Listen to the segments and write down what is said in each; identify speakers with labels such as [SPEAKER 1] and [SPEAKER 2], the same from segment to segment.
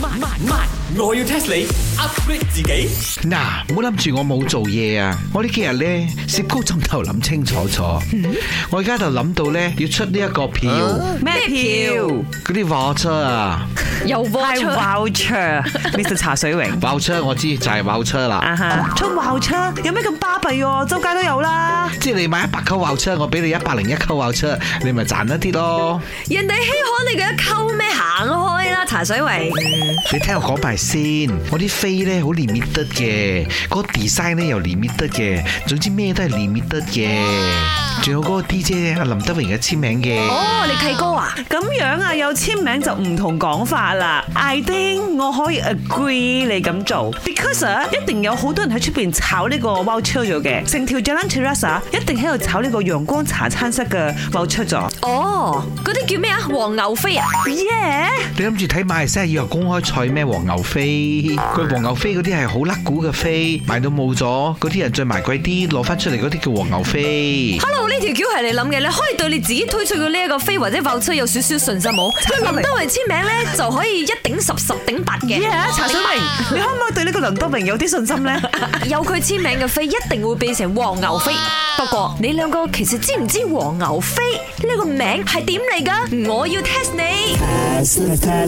[SPEAKER 1] 慢慢慢，我要 test 你 upgrade 自己。
[SPEAKER 2] 嗱，唔好諗住我冇做嘢啊！我呢幾日咧，攝高枕頭諗清楚楚。我而家就諗到咧，要出呢一個票，
[SPEAKER 3] 咩票？
[SPEAKER 2] 嗰啲 voucher 啊
[SPEAKER 4] 又播
[SPEAKER 3] 係
[SPEAKER 4] 出
[SPEAKER 3] voucher，Mr 茶水榮。
[SPEAKER 2] ，voucher 我知就係 voucher 啦。
[SPEAKER 3] 啊哈！出 voucher 有咩咁巴閉喎？周街都有啦。
[SPEAKER 2] 即係你買一百扣 voucher，我俾你一百零一扣 voucher，你咪賺一啲咯。
[SPEAKER 4] 人哋稀罕你嘅一溝咩行開啦，茶水圍。
[SPEAKER 2] 你聽我講埋先，我啲飛咧好 limit 嘅，嗰個 design 咧又 limit 嘅，總之咩都係 limit 嘅。仲有嗰個 DJ 阿林德榮嘅簽名嘅。
[SPEAKER 4] 哦，你契哥啊？
[SPEAKER 3] 咁樣啊，有簽名就唔同講法啦。I think 我可以 agree 你咁做，because 啊一定有好多人喺出邊炒呢個 voucher 咗嘅，成條 Jalan Terasa 一定喺度炒呢個陽光茶餐室嘅 voucher 咗。
[SPEAKER 4] 哦，嗰啲叫咩啊？黃牛飛啊？
[SPEAKER 3] Yeah，
[SPEAKER 2] 你諗住睇馬來西亞以後公開賽咩？黃牛飛，佢黃牛飛嗰啲係好甩股嘅飛，賣到冇咗，嗰啲人再賣貴啲，攞翻出嚟嗰啲叫黃牛飛。
[SPEAKER 4] Hello，呢條橋係你諗嘅，你可以對你自己推出嘅呢一個飛或者 voucher 有少少信心冇？即係林德榮簽名咧，就可以一頂十十頂八嘅。
[SPEAKER 3] yeah，茶水榮，你可唔可以對呢個梁德榮有啲信心 呢？
[SPEAKER 4] 有佢簽名嘅飛一定會變成黃牛飛。不過你兩個其實知唔知黃牛飛呢個名係點嚟㗎？我要 test 你。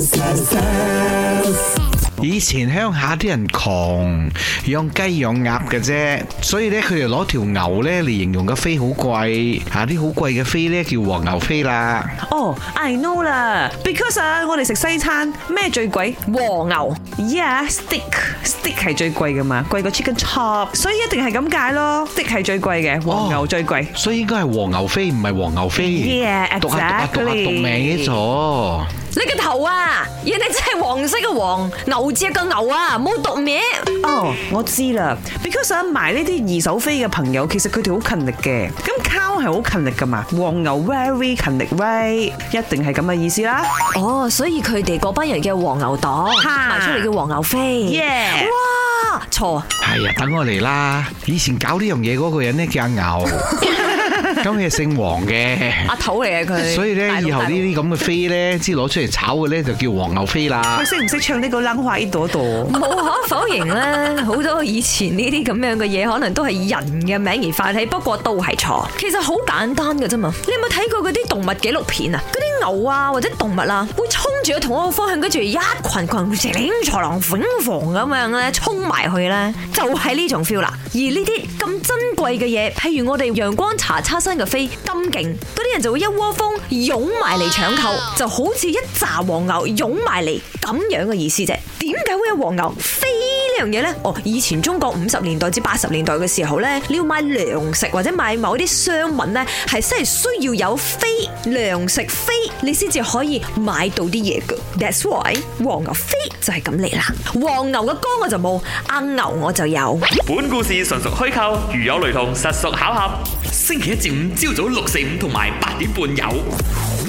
[SPEAKER 2] 以前鄉下啲人窮，養雞養鴨嘅啫，所以咧佢哋攞條牛咧嚟形容個飛好貴，嚇啲好貴嘅飛咧叫黃牛飛啦。
[SPEAKER 3] 哦、i know 啦，because 啊，我哋食西餐咩最貴？
[SPEAKER 4] 和牛，
[SPEAKER 3] Yeah, stick stick 係最貴噶嘛，貴過 chicken chop，所以一定係咁解咯。stick 係最貴嘅，黃牛最貴。
[SPEAKER 2] 所以應該係黃牛飛，唔係黃牛飛。
[SPEAKER 3] Yeah,
[SPEAKER 2] 讀下讀下讀下讀
[SPEAKER 3] exactly
[SPEAKER 2] 歪咗。
[SPEAKER 4] 你個頭啊！人哋真係黃色嘅黃，牛隻嘅牛啊，冇讀名。
[SPEAKER 3] 哦，我知啦，because 想買呢啲二手飛嘅朋友，其實佢哋好勤力嘅。咁 cow 係好勤力噶嘛，黃牛 very 勤力 right，一定係咁嘅意思啦。
[SPEAKER 4] 哦，所以佢哋嗰班人嘅黃牛黨
[SPEAKER 3] 哈
[SPEAKER 4] 賣出嚟嘅黃牛飛。
[SPEAKER 3] Yeah
[SPEAKER 4] 哇，錯，
[SPEAKER 2] 係啊，等我嚟啦！以前搞呢樣嘢嗰個人咧叫 阿牛，咁佢係姓黃嘅，
[SPEAKER 4] 阿土嚟嘅佢。
[SPEAKER 2] 所以
[SPEAKER 4] 哎大
[SPEAKER 2] 咧
[SPEAKER 4] 陸
[SPEAKER 2] 以後呢
[SPEAKER 4] 大陸
[SPEAKER 2] 啲咁嘅飛咧，即係攞出嚟炒嘅咧就叫黃牛飛啦
[SPEAKER 3] 佢。識唔識唱呢個冷話呢度度？
[SPEAKER 4] 無可否認咧，好多以前呢啲咁樣嘅嘢，可能都係人嘅名而發起，不過都係錯。其實好簡單嘅啫嘛。你有冇睇過嗰啲動物紀錄片啊？嗰啲牛啊或者動物啊，會衝住去同一個方向，跟住一群群整豺狼粉房咁樣咧衝埋去咧，就係、呢種 feel 啦。而呢啲咁珍貴嘅嘢，譬如我哋陽光茶餐廳嘅飛咁勁，嗰啲人就會一窩蜂湧埋嚟搶購，就好似一紮黃牛湧埋嚟咁樣嘅意思啫。點解會有黃牛飛呢樣嘢呢？哦，以前中國五十年代至八十年代嘅時候呢，你要買糧食或者買某啲商品呢，係真係需要有飛糧食飛，你先至可以買到啲嘢嘅。That's why 黃牛飛就係咁嚟啦。黃牛嘅歌我就冇，阿牛我就有。
[SPEAKER 5] 本故事純屬虛構，如有雷同，實屬巧合。星期一至五朝早六四五同埋八點半有。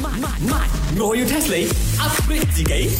[SPEAKER 1] 慢慢慢，我要 test 你 upgrade 自己。